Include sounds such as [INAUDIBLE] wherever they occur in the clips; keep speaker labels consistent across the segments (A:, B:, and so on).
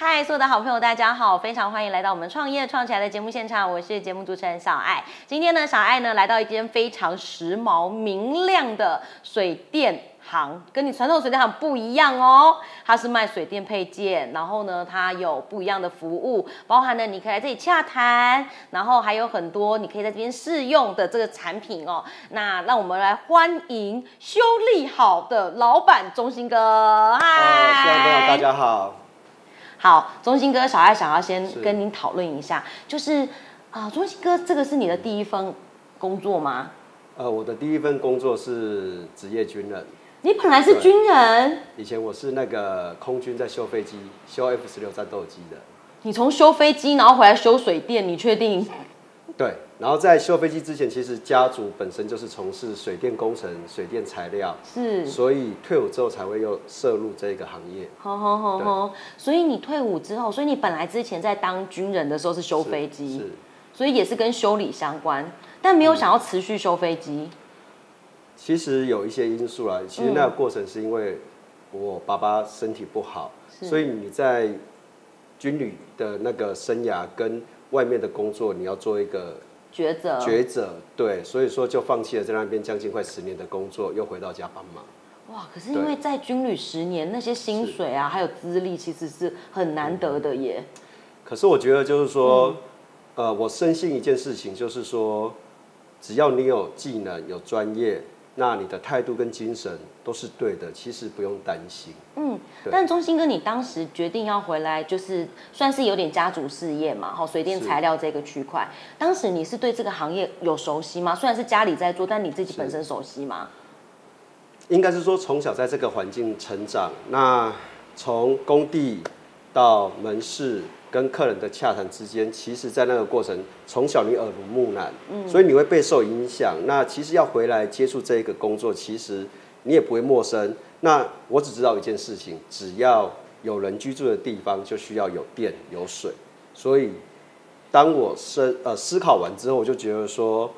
A: 嗨，所有的好朋友，大家好，非常欢迎来到我们创业创起来的节目现场，我是节目主持人小爱。今天呢，小爱呢来到一间非常时髦明亮的水电。行跟你传统水电行不一样哦，它是卖水电配件，然后呢，它有不一样的服务，包含呢，你可以来这里洽谈，然后还有很多你可以在这边试用的这个产品哦。那让我们来欢迎修利好的老板钟兴哥，
B: 呃，
A: 嗨，
B: 观众朋友大家好，
A: 好，钟兴哥，小爱想要先
B: 是
A: 跟您讨论一下，就是啊、钟兴哥，这个是你的第一份工作吗？
B: 呃，我的第一份工作是职业军人，
A: 你本来是
B: 对
A: 军人，
B: 以前我是那个空军在修飞机，修 F 十六战斗机的，
A: 你从修飞机，然后回来修水电，你确定？
B: 对。然后在修飞机之前，其实家族本身就是从事水电工程、水电材料，
A: 是，
B: 所以退伍之后才会又涉入这个行业。
A: 吼吼吼
B: 对
A: 吼。所以你退伍之后，所以你本来之前在当军人的时候是修飞
B: 是
A: 机，，所以也是跟修理相关，但没有想要持续修飞机。
B: 其实有一些因素啦，其实那个过程是因为我爸爸身体不好，
A: 是
B: 所以你在军旅的那个生涯跟外面的工作，你要做一个
A: 抉择，
B: 抉择，对，所以说就放弃了在那边将近快十年的工作，又回到家帮忙。
A: 哇！可是因为在军旅十年，那些薪水啊，还有资历，其实是很难
B: 嗯
A: 得的耶。
B: 可是我觉得就是说，呃，我深信一件事情，就是说，只要你有技能、有专业，那你的态度跟精神都是对的，其实不用担心。
A: 嗯，
B: 对
A: 但钟兴哥，你当时决定要回来，就是算是有点家族事业嘛，哈，水电
B: 是
A: 材料这个区块，当时你是对这个行业有熟悉吗？虽然是家里在做，但你自己本身熟悉吗？
B: 应该是说从小在这个环境成长，那从工地到门市跟客人的洽谈之间，其实在那个过程，从小你耳濡目染，所以你会备受影响。那其实要回来接触这一个工作，其实你也不会陌生。那我只知道一件事情，只要有人居住的地方，就需要有电有水。所以，当我思呃思考完之后，我就觉得说，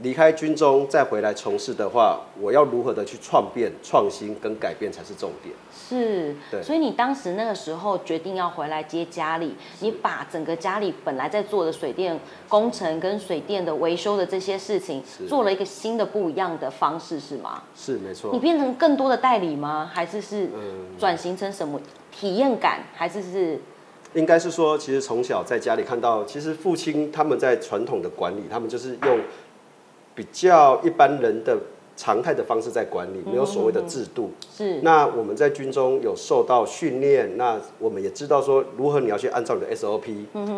B: 离开军中再回来从事的话，我要如何的去创变、创新跟改变才是重点。
A: 是，
B: 对
A: 所以你当时那个时候决定要回来接家里，你把整个家里本来在做的水电工程跟水电的维修的这些事情，
B: 是
A: 做了一个新的不一样的方式，是吗？
B: 是没错
A: 你，变成更多的代理吗？还是是
B: 嗯
A: 转型成什么体验感？还是是
B: 应该是说，其实从小在家里看到，其实父亲他们在传统的管理，他们就是用比较一般人的常态的方式在管理，没有所谓的制度。
A: 是
B: 那我们在军中有受到训练，那我们也知道说如何你要去按照你的 SOP、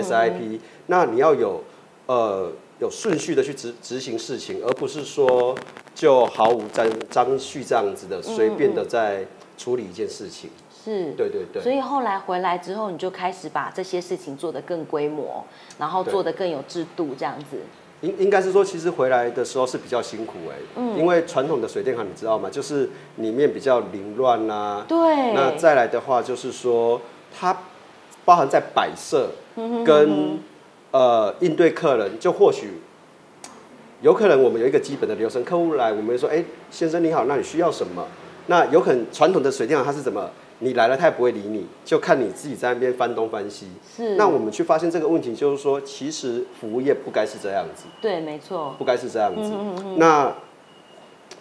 B: SIP，那你要有呃有顺序的去执执行事情，而不是说就毫无章章序这样子的随便的在处理一件事情。
A: 是，
B: 对对对，
A: 嗯所以后来回来之后，你就开始把这些事情做得更规模，然后
B: 对
A: 做得更有制度，这样子。
B: 应应该是说，其实回来的时候是比较辛苦哎、
A: 嗯
B: 因为传统的水电行你知道吗？就是里面比较凌乱啊啦、
A: 对，
B: 那再来的话，就是说它包含在摆设跟呃应对客人，就或许有可能我们有一个基本的流程，客户来我们会说，哎、先生你好，那你需要什么？那有可能传统的水电行它是怎么？你来了，他也不会理你，就看你自己在那边翻东翻西。
A: 是
B: 那我们去发现这个问题，就是说，其实服务业不该是这样子。
A: 对，没错，
B: 不该是这样
A: 嗯
B: 子。那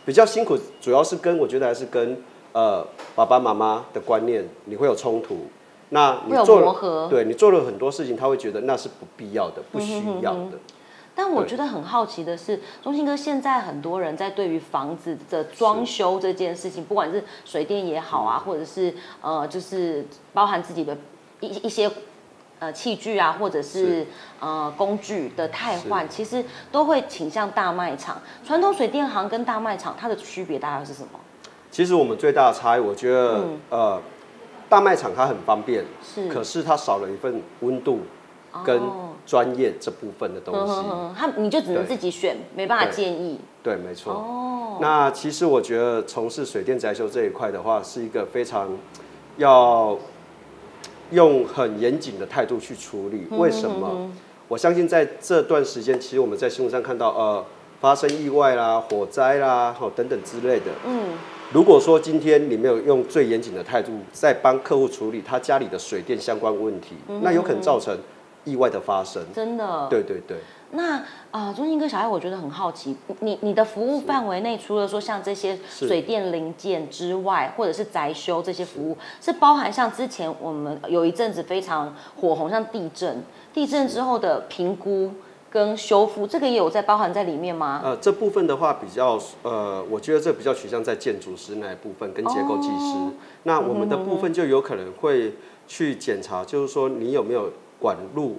B: 比较辛苦，主要是跟我觉得还是跟呃爸爸妈妈的观念你会有冲突。那你
A: 会有
B: 做
A: 磨合嗯
B: 了，对你做了很多事情，他会觉得那是不必要的、不需要的。
A: 但我
B: 对
A: 觉得很好奇的是，中兴哥，现在很多人在对于房子的装修这件事情，不管是水电也好
B: 嗯
A: 啊，或者是呃，就是包含自己的一一些呃器具啊，或者是
B: 是
A: 呃工具的汰换，其实都会倾向大卖场。传统水电行跟大卖场它的区别大概是什么？
B: 其实我们最大的差异，我觉得、
A: 嗯
B: 呃，大卖场它很方便，
A: 是
B: 可是它少了一份温度跟
A: 嗯哦
B: 专业这部分的东
A: 嗯
B: 西。
A: 哼哼，他你就只能
B: 对
A: 自己选，没办法
B: 对
A: 建议。
B: 对，没错。
A: 哦，
B: 那其实我觉得从事水电宅修这一块的话，是一个非常要用很严谨的态度去处理。
A: 嗯
B: 为什么？我相信在这段时间，其实我们在新闻上看到，呃，发生意外啦、火灾啦、哦等等之类的。
A: 嗯，
B: 如果说今天你没有用最严谨的态度在帮客户处理他家里的水电相关问题，
A: 嗯
B: 那有可能造成意外的发生。
A: 真的。
B: 对对对，
A: 那啊、呃，中信哥小爱，我觉得很好奇，你你的服务范围内，除了说像这些
B: 是
A: 水电零件之外，或者是宅修这些服务，是包含像之前我们有一阵子非常火红，像地震，地震之后的评估跟修复，这个也有在包含在里面吗？
B: 呃，这部分的话比较呃，我觉得这比较取向在建筑师那一部分跟结构技师。
A: 哦
B: 那我们的部分就有可能会去检查，就是说你有没有管路。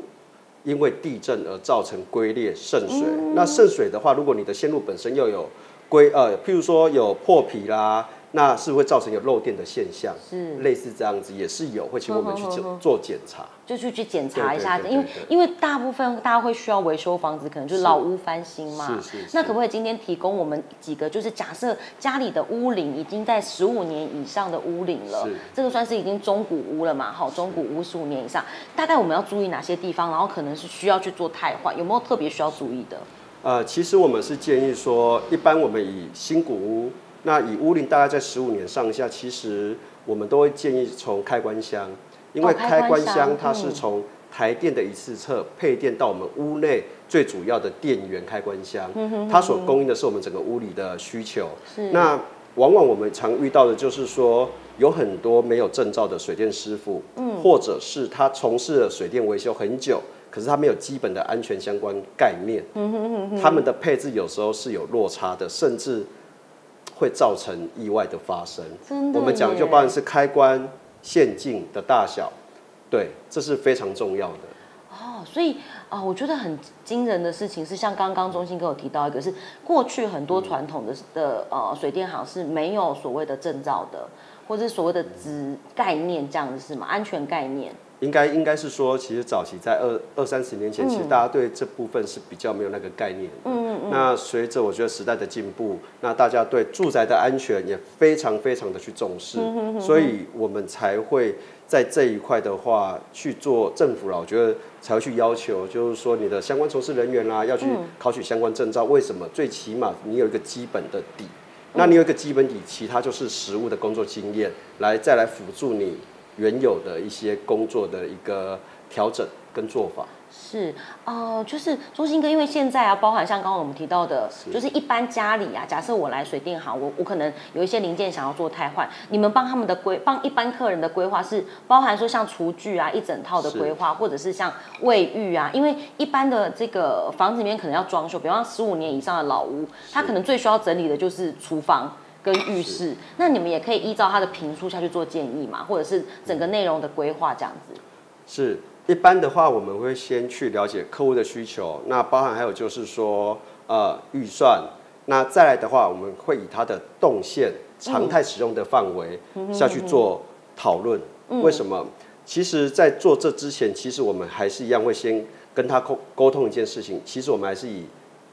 B: 因为地震而造成龟裂渗水，
A: 嗯
B: 那渗水的话，如果你的线路本身又有龟呃，譬如说有破皮啦，那是会造成有漏电的现象，
A: 是
B: 类似这样子也是有，会请我们去
A: 哼哼
B: 做
A: 哼
B: 做检查。
A: 就去去检查一下，
B: 对对对
A: 因为
B: 对对
A: 因为大部分大家会需要维修房子，可能就是
B: 是
A: 老屋翻新嘛。
B: 是是是
A: 那可不可以今天提供我们几个，就是假设家里的屋龄已经在十五年以上的屋龄了
B: 是，
A: 这个算是已经中古屋了嘛？好，中古屋十五年以上，大概我们要注意哪些地方？然后可能是需要去做汰换，有没有特别需要注意的？
B: 呃，其实我们是建议说，一般我们以新古屋，那以屋龄大概在十五年上下，其实我们都会建议从开关箱，因为
A: 哦开
B: 开
A: 关
B: 关
A: 箱嗯
B: 箱它是从台电的一次侧配电到我们屋内最主要的电源开关箱，
A: 嗯
B: 它所供应的是我们整个屋里的需求。
A: 是
B: 那往往我们常遇到的就是说，有很多没有证照的水电师傅，嗯，或者是他从事了水电维修很久，可是他没有基本的安全相关概念，嗯哼哼他们的配置有时候是有落差的，甚至会造成意外的发生。
A: 真的
B: 我们讲
A: 耶
B: 就包含是开关线径的大小，对，这是非常重要的。
A: 哦，所以啊、我觉得很惊人的事情是，像刚刚中心跟我提到一个是，过去很多传统的、的呃水电行是没有所谓的证照的，或者是所谓的子概念这样子是吗？安全概念
B: 应该应该是说，其实早期在二二三十年前，其实大家对这部分是比较没有那个概念。嗯嗯。那随着我觉得时代的进步，那大家对住宅的安全也非常非常的去重视，所以我们才会在这一块的话去做政府啦，我觉得才会去要求，就是说你的相关从事人员啦、啊要去考取相关证照。为什么？最起码你有一个基本的底。那你有一个基本底，其他就是实务的工作经验，来再来辅助你原有的一些工作的一个调整跟做法。
A: 是呃，就是中心哥，因为现在啊，包含像刚刚我们提到的，就是一般家里啊，假设我来水电行，我我可能有一些零件想要做汰换，你们帮他们的规，帮一般客人的规划是包含说像厨具啊一整套的
B: 是
A: 规划，或者是像卫浴啊，因为一般的这个房子里面可能要装修，比方十五年以上的老屋，它可能最需要整理的就是厨房。跟浴室，那你们也可以依照它的评数下去做建议嘛，或者是整个内容的规划这样子。
B: 是一般的话，我们会先去了解客户的需求，那包含还有就是说呃预算，那再来的话，我们会以它的动线常态使用的范围下去做讨论。为什么？其实，在做这之前，其实我们还是一样会先跟他沟沟通一件事情。其实我们还是以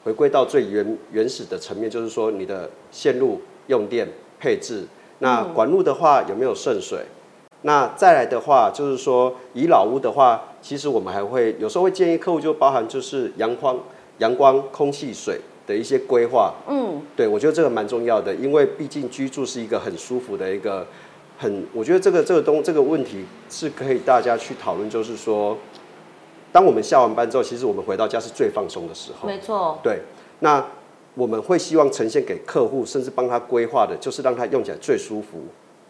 B: 回归到最原原始的层面，就是说你的线路用电配置，那管路的话有没有渗水？那再来的话，就是说以老屋的话，其实我们还会有时候会建议客户就包含就是阳光、阳光、空气、水的一些规划。
A: 嗯，
B: 对我觉得这个蛮重要的，因为毕竟居住是一个很舒服的一个很，我觉得这个这个东这个问题是可以大家去讨论，就是说，当我们下完班之后，其实我们回到家是最放松的时候。
A: 没错，
B: 对，那我们会希望呈现给客户，甚至帮他规划的，就是让他用起来最舒服。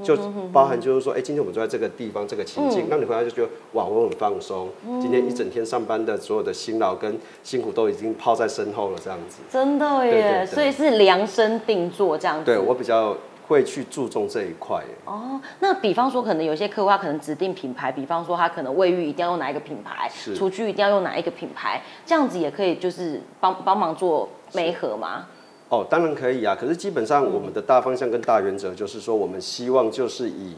B: 就包含就是说，哎、今天我们坐在这个地方，这个情境，让你回来就觉得哇，我很放松。今天一整天上班的所有的辛劳跟辛苦都已经抛在身后了，这样子。
A: 真的耶，
B: 对对对
A: 所以是量身定做这样子。
B: 对我比较会去注重这一块。
A: 哦，那比方说，可能有些客户他可能指定品牌，比方说他可能卫浴一定要用哪一个品牌，
B: 是
A: 厨具一定要用哪一个品牌，这样子也可以就是帮帮忙做媒合嘛。
B: 哦，当然可以啊。可是基本上我们的大方向跟大原则就是说，我们希望就是以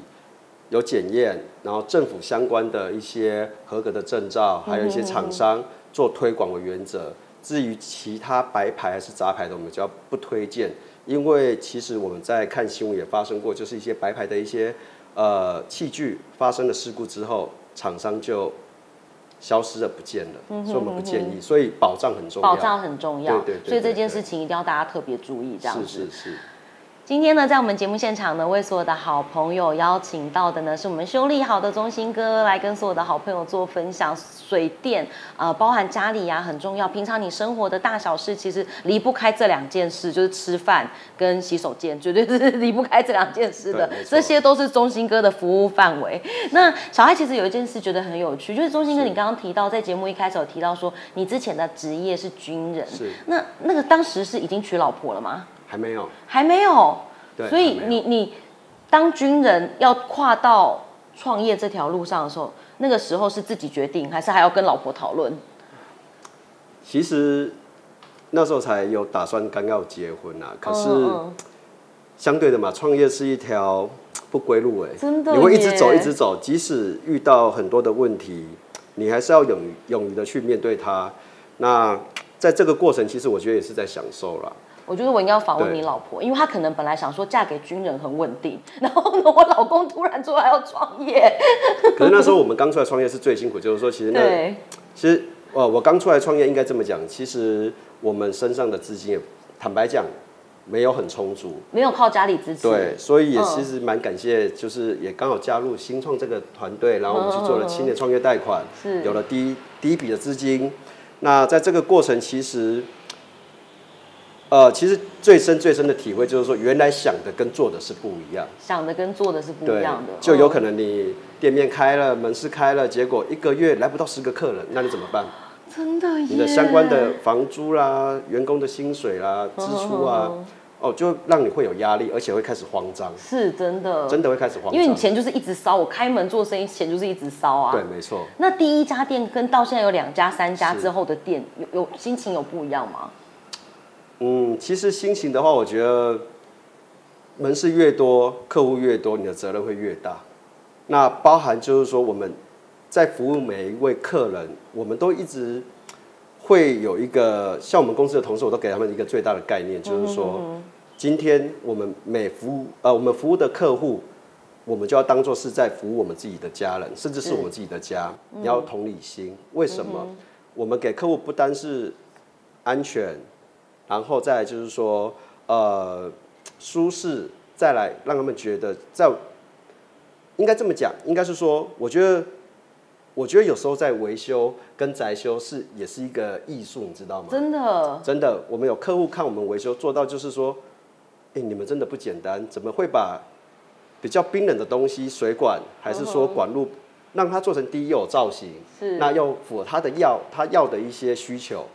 B: 有检验，然后政府相关的一些合格的证照，还有一些厂商做推广为原则。至于其他白牌还是杂牌的，我们就要不推荐，因为其实我们在看新闻也发生过，就是一些白牌的一些呃器具发生了事故之后，厂商就消失了不见了，所以我们不建议。所以保障很重要，
A: 保障很重要，
B: 对对对对
A: 所以这件事情一定要大家特别注意，这样子。
B: 是是是。
A: 今天呢，在我们节目现场呢，为所有的好朋友邀请到的呢，是我们修理好的中心哥来跟所有的好朋友做分享。水电呃，包含家里呀、很重要，平常你生活的大小事，其实离不开这两件事，就是吃饭跟洗手间，绝对是 [LAUGHS] 离不开这两件事的
B: 对没。错
A: 这些都是中心哥的服务范围。那小爱其实有一件事觉得很有趣，就是中心哥，
B: 是
A: 你刚刚提到在节目一开始有提到说，你之前的职业是军人，
B: 是
A: 那那个当时是已经娶老婆了吗？
B: 还没有。
A: 还没有。
B: 对
A: 所以
B: 还没
A: 你
B: 有
A: 你当军人要跨到创业这条路上的时候，那个时候是自己决定，还是还要跟老婆讨论？
B: 其实那时候才有打算刚要结婚啊，可是
A: 嗯
B: 相对的嘛，创业是一条不归路哎、
A: 真的
B: 你会一直走，
A: 耶
B: 一直走，即使遇到很多的问题，你还是要勇于勇于的去面对它。那在这个过程，其实我觉得也是在享
A: [LAUGHS]
B: 受啦。
A: 我觉得我应该要访问
B: 对
A: 你老婆，因为她可能本来想说嫁给军人很稳定，然后呢，我老公突然出来要创业，
B: 可是那时候我们刚出来创业是最辛苦，就是说其实那
A: 对，
B: 其实呃我刚出来创业应该这么讲，其实我们身上的资金也坦白讲没有很充足，
A: 没有靠家里支持，
B: 对，所以也
A: 嗯
B: 其实蛮感谢，就是也刚好加入新创这个团队，然后我们去
A: 嗯嗯
B: 做了
A: 嗯
B: 青年创业贷款，
A: 是
B: 有了第一第一笔的资金。那在这个过程，其实，呃，其实最深最深的体会就是说，原来想的跟做的是不一样，
A: 想的跟做的是不一
B: 对
A: 样的，，
B: 就有
A: 嗯
B: 可能你店面开了，门市开了，结果一个月来不到十个客人，那你怎么办？
A: 真的耶，
B: 你的相关的房租啦、员工的薪水啦、支出
A: 嗯
B: 啊，哦，就让你会有压力，而且会开始慌张。
A: 是真的，
B: 真的会开始慌张，
A: 因为你钱就是一直烧，我开门做生意钱就是一直烧啊，
B: 对，没错。
A: 那第一家店跟到现在有两家、三家
B: 是
A: 之后的店，有有心情有不一样吗？
B: 嗯，其实心情的话，我觉得门市越多，客户越多，你的责任会越大。那包含就是说，我们在服务每一位客人，我们都一直会有一个，像我们公司的同事，我都给他们一个最大的概念，就是
A: 嗯
B: 说，今天我们每服务呃，我们服务的客户，我们就要当做是在服务我们自己的家人，甚至是我们自己的家。你要有同理心，为什么？我们给客户不单是安全，然后再来就是说呃舒适，再来让他们觉得在应该这么讲，应该是说，我觉得。我觉得有时候在维修跟宅修是也是一个艺术，你知道吗？
A: 真的，
B: 真的，我们有客户看我们维修做到，就是说，哎、你们真的不简单，怎么会把比较冰冷的东西，水管还是说管路，让它做成第一有造型，
A: 是
B: 那又符合他的要他要的一些需求。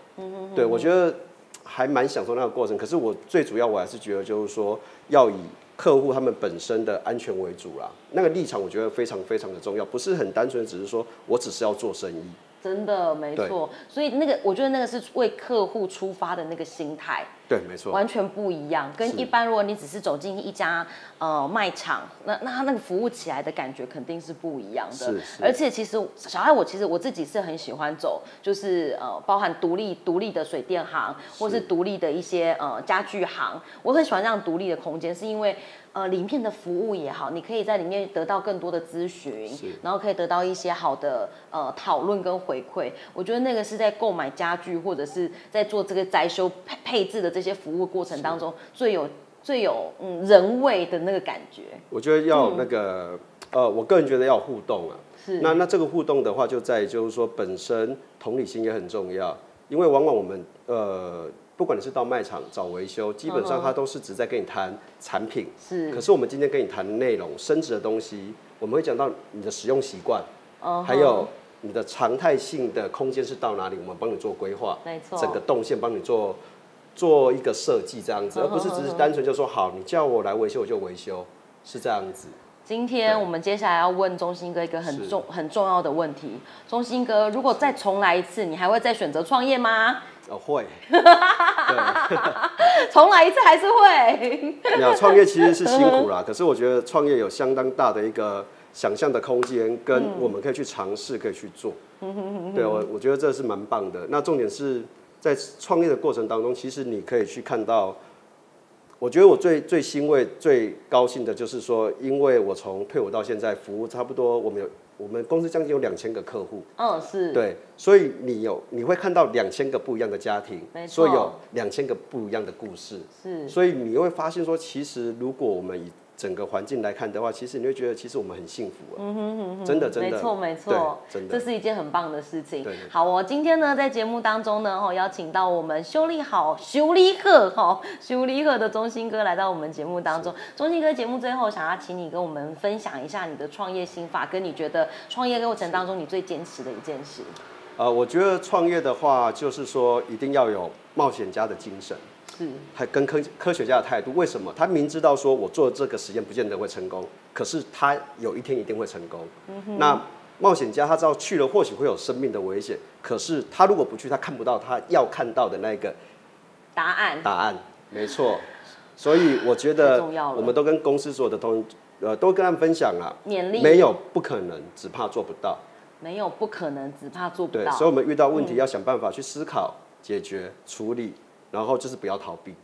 B: 对，我觉得还蛮享受那个过程。可是我最主要我还是觉得就是说，要以客户他们本身的安全为主啦，那个立场我觉得非常非常的重要，不是很单纯，只是说我只是要做生意。
A: 真的没错。所以那个，我觉得那个是为客户出发的那个心态，
B: 对，没错。
A: 完全不一样。跟
B: 是
A: 一般如果你只是走进一家呃卖场，那那他那个服务起来的感觉肯定是不一样的。
B: 是是
A: 而且其实小爱我其实我自己是很喜欢走，就是呃包含独立独立的水电行，或是独立的一些呃家具行，我很喜欢这样独立的空间，是因为。呃，里面的服务也好，你可以在里面得到更多的咨询
B: 是，
A: 然后可以得到一些好的呃讨论跟回馈。我觉得那个是在购买家具或者是在做这个宅修配配置的这些服务过程当中最有最有嗯人味的那个感觉。
B: 我觉得要有那个、呃，我个人觉得要有互动啊。
A: 是
B: 那那这个互动的话，就在于就是说本身同理心也很重要，因为往往我们呃，不管你是到卖场找维修，基本上他都是只在跟你谈产品。
A: 嗯是
B: 可是我们今天跟你谈内容、升值的东西，我们会讲到你的使用习惯，
A: 嗯哼
B: 还有你的常态性的空间是到哪里，我们帮你做规划，
A: 没错
B: 整个动线帮你做做一个设计这样子，而不是只
A: 嗯
B: 是单纯就说好，你叫我来维修我就维修，是这样子。
A: 今天
B: 对
A: 我们接下来要问中兴哥一个很
B: 是
A: 重很重要的问题。中兴哥，如果再重来一次，你还会再选择创业吗？ [LAUGHS]
B: 哦，会，
A: 重来一次还是会？
B: [LAUGHS] 没有创业其实是辛苦
A: 嗯
B: 啦，可是我觉得创业有相当大的一个想象的空间，跟我们可以去尝试，可以去做。
A: 嗯
B: 对我，我觉得这是蛮棒的。那重点是在创业的过程当中，其实你可以去看到，我觉得我最最欣慰、最高兴的就是说，因为我从退伍到现在，服务差不多，我们有我们公司将近有两千个客户，
A: 嗯，是，，
B: 对，所以你有你会看到两千个不一样的家庭
A: 没，错
B: 所以有两千个不一样的故事，
A: 是，
B: 所以你会发现说，其实如果我们以整个环境来看的话，其实你会觉得其实我们很幸福、啊，嗯哼哼真的真的，
A: 没错没错
B: 对，真
A: 这
B: 的，
A: 是一件很棒的事情
B: 对对对。
A: 好哦，今天呢在节目当中呢，哦邀请到我们修理好修理鹤哈 [LAUGHS] 修理鹤的中心哥来到我们节目当中。中心哥节目最后想要请你跟我们分享一下你的创业心法，跟你觉得创业过程当中你最坚持的一件事。
B: 呃，我觉得创业的话，就是说一定要有冒险家的精神。
A: 是
B: 还跟科科学家的态度，为什么？他明知道说我做这个实验不见得会成功，可是他有一天一定会成功。
A: 嗯
B: 那冒险家他知道去了或许会有生命的危险，可是他如果不去，他看不到他要看到的那个
A: 答案，
B: 答案。没错，所以我觉
A: 太
B: 得
A: 重要了
B: 我们都跟公司所有的同呃都跟他们分享了，
A: 勉励
B: 没有不可能，只怕做不到。
A: 没有不可能，只怕做不
B: 对，
A: 到嗯
B: 所以。我们遇到问题要想办法去思考、解决、处理，然后就是不要逃避。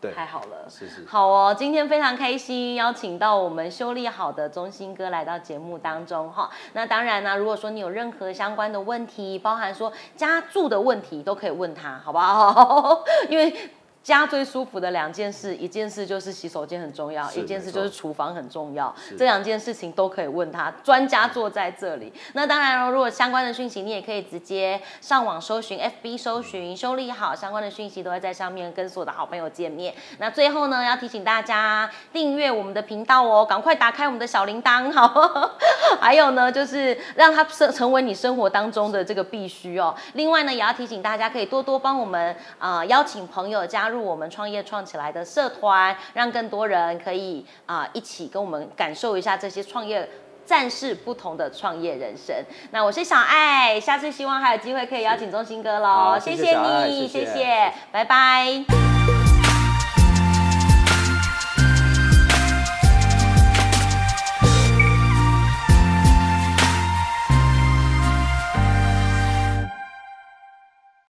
B: 对，
A: 太好了。
B: 是是。
A: 好哦，今天非常开心，邀请到我们修理好的中心哥来到节目当中哈。那当然呢、如果说你有任何相关的问题，包含说家住的问题，都可以问他，好不好？ [LAUGHS] 因为。家最舒服的两件事，一件事就是洗手间很重要，
B: 是
A: 一件事
B: 没
A: 就
B: 错
A: 是厨房很重要，这两件事情都可以问他，专家坐在这里。那当然了，如果相关的讯息，你也可以直接上网搜寻 FB 搜
B: 嗯
A: 寻修理好相关的讯息，都会在上面跟所有的好朋友见面。那最后呢，要提醒大家订阅我们的频道哦，赶快打开我们的小铃铛，好。 [LAUGHS] 还有呢，就是让它成成为你生活当中的这个必须哦。另外呢，也要提醒大家可以多多帮我们啊、呃邀请朋友加入我们创业创起来的社团，让更多人可以啊、一起跟我们感受一下这些创业。战士不同的创业人生。那我是小爱，下次希望还有机会可以邀请中兴哥喽，
B: 好
A: 谢
B: 谢谢小爱
A: 你，
B: 谢谢
A: 谢拜拜。